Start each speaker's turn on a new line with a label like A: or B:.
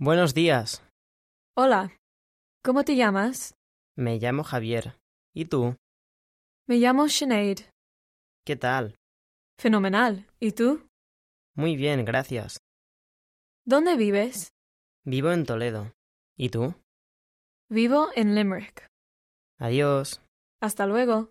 A: Buenos días.
B: Hola, ¿cómo te llamas?
A: Me llamo Javier. ¿Y tú?
B: Me llamo Sinead.
A: ¿Qué tal?
B: Fenomenal. ¿Y tú?
A: Muy bien, gracias.
B: ¿Dónde vives?
A: Vivo en Toledo. ¿Y tú?
B: Vivo en Limerick.
A: Adiós.
B: Hasta luego.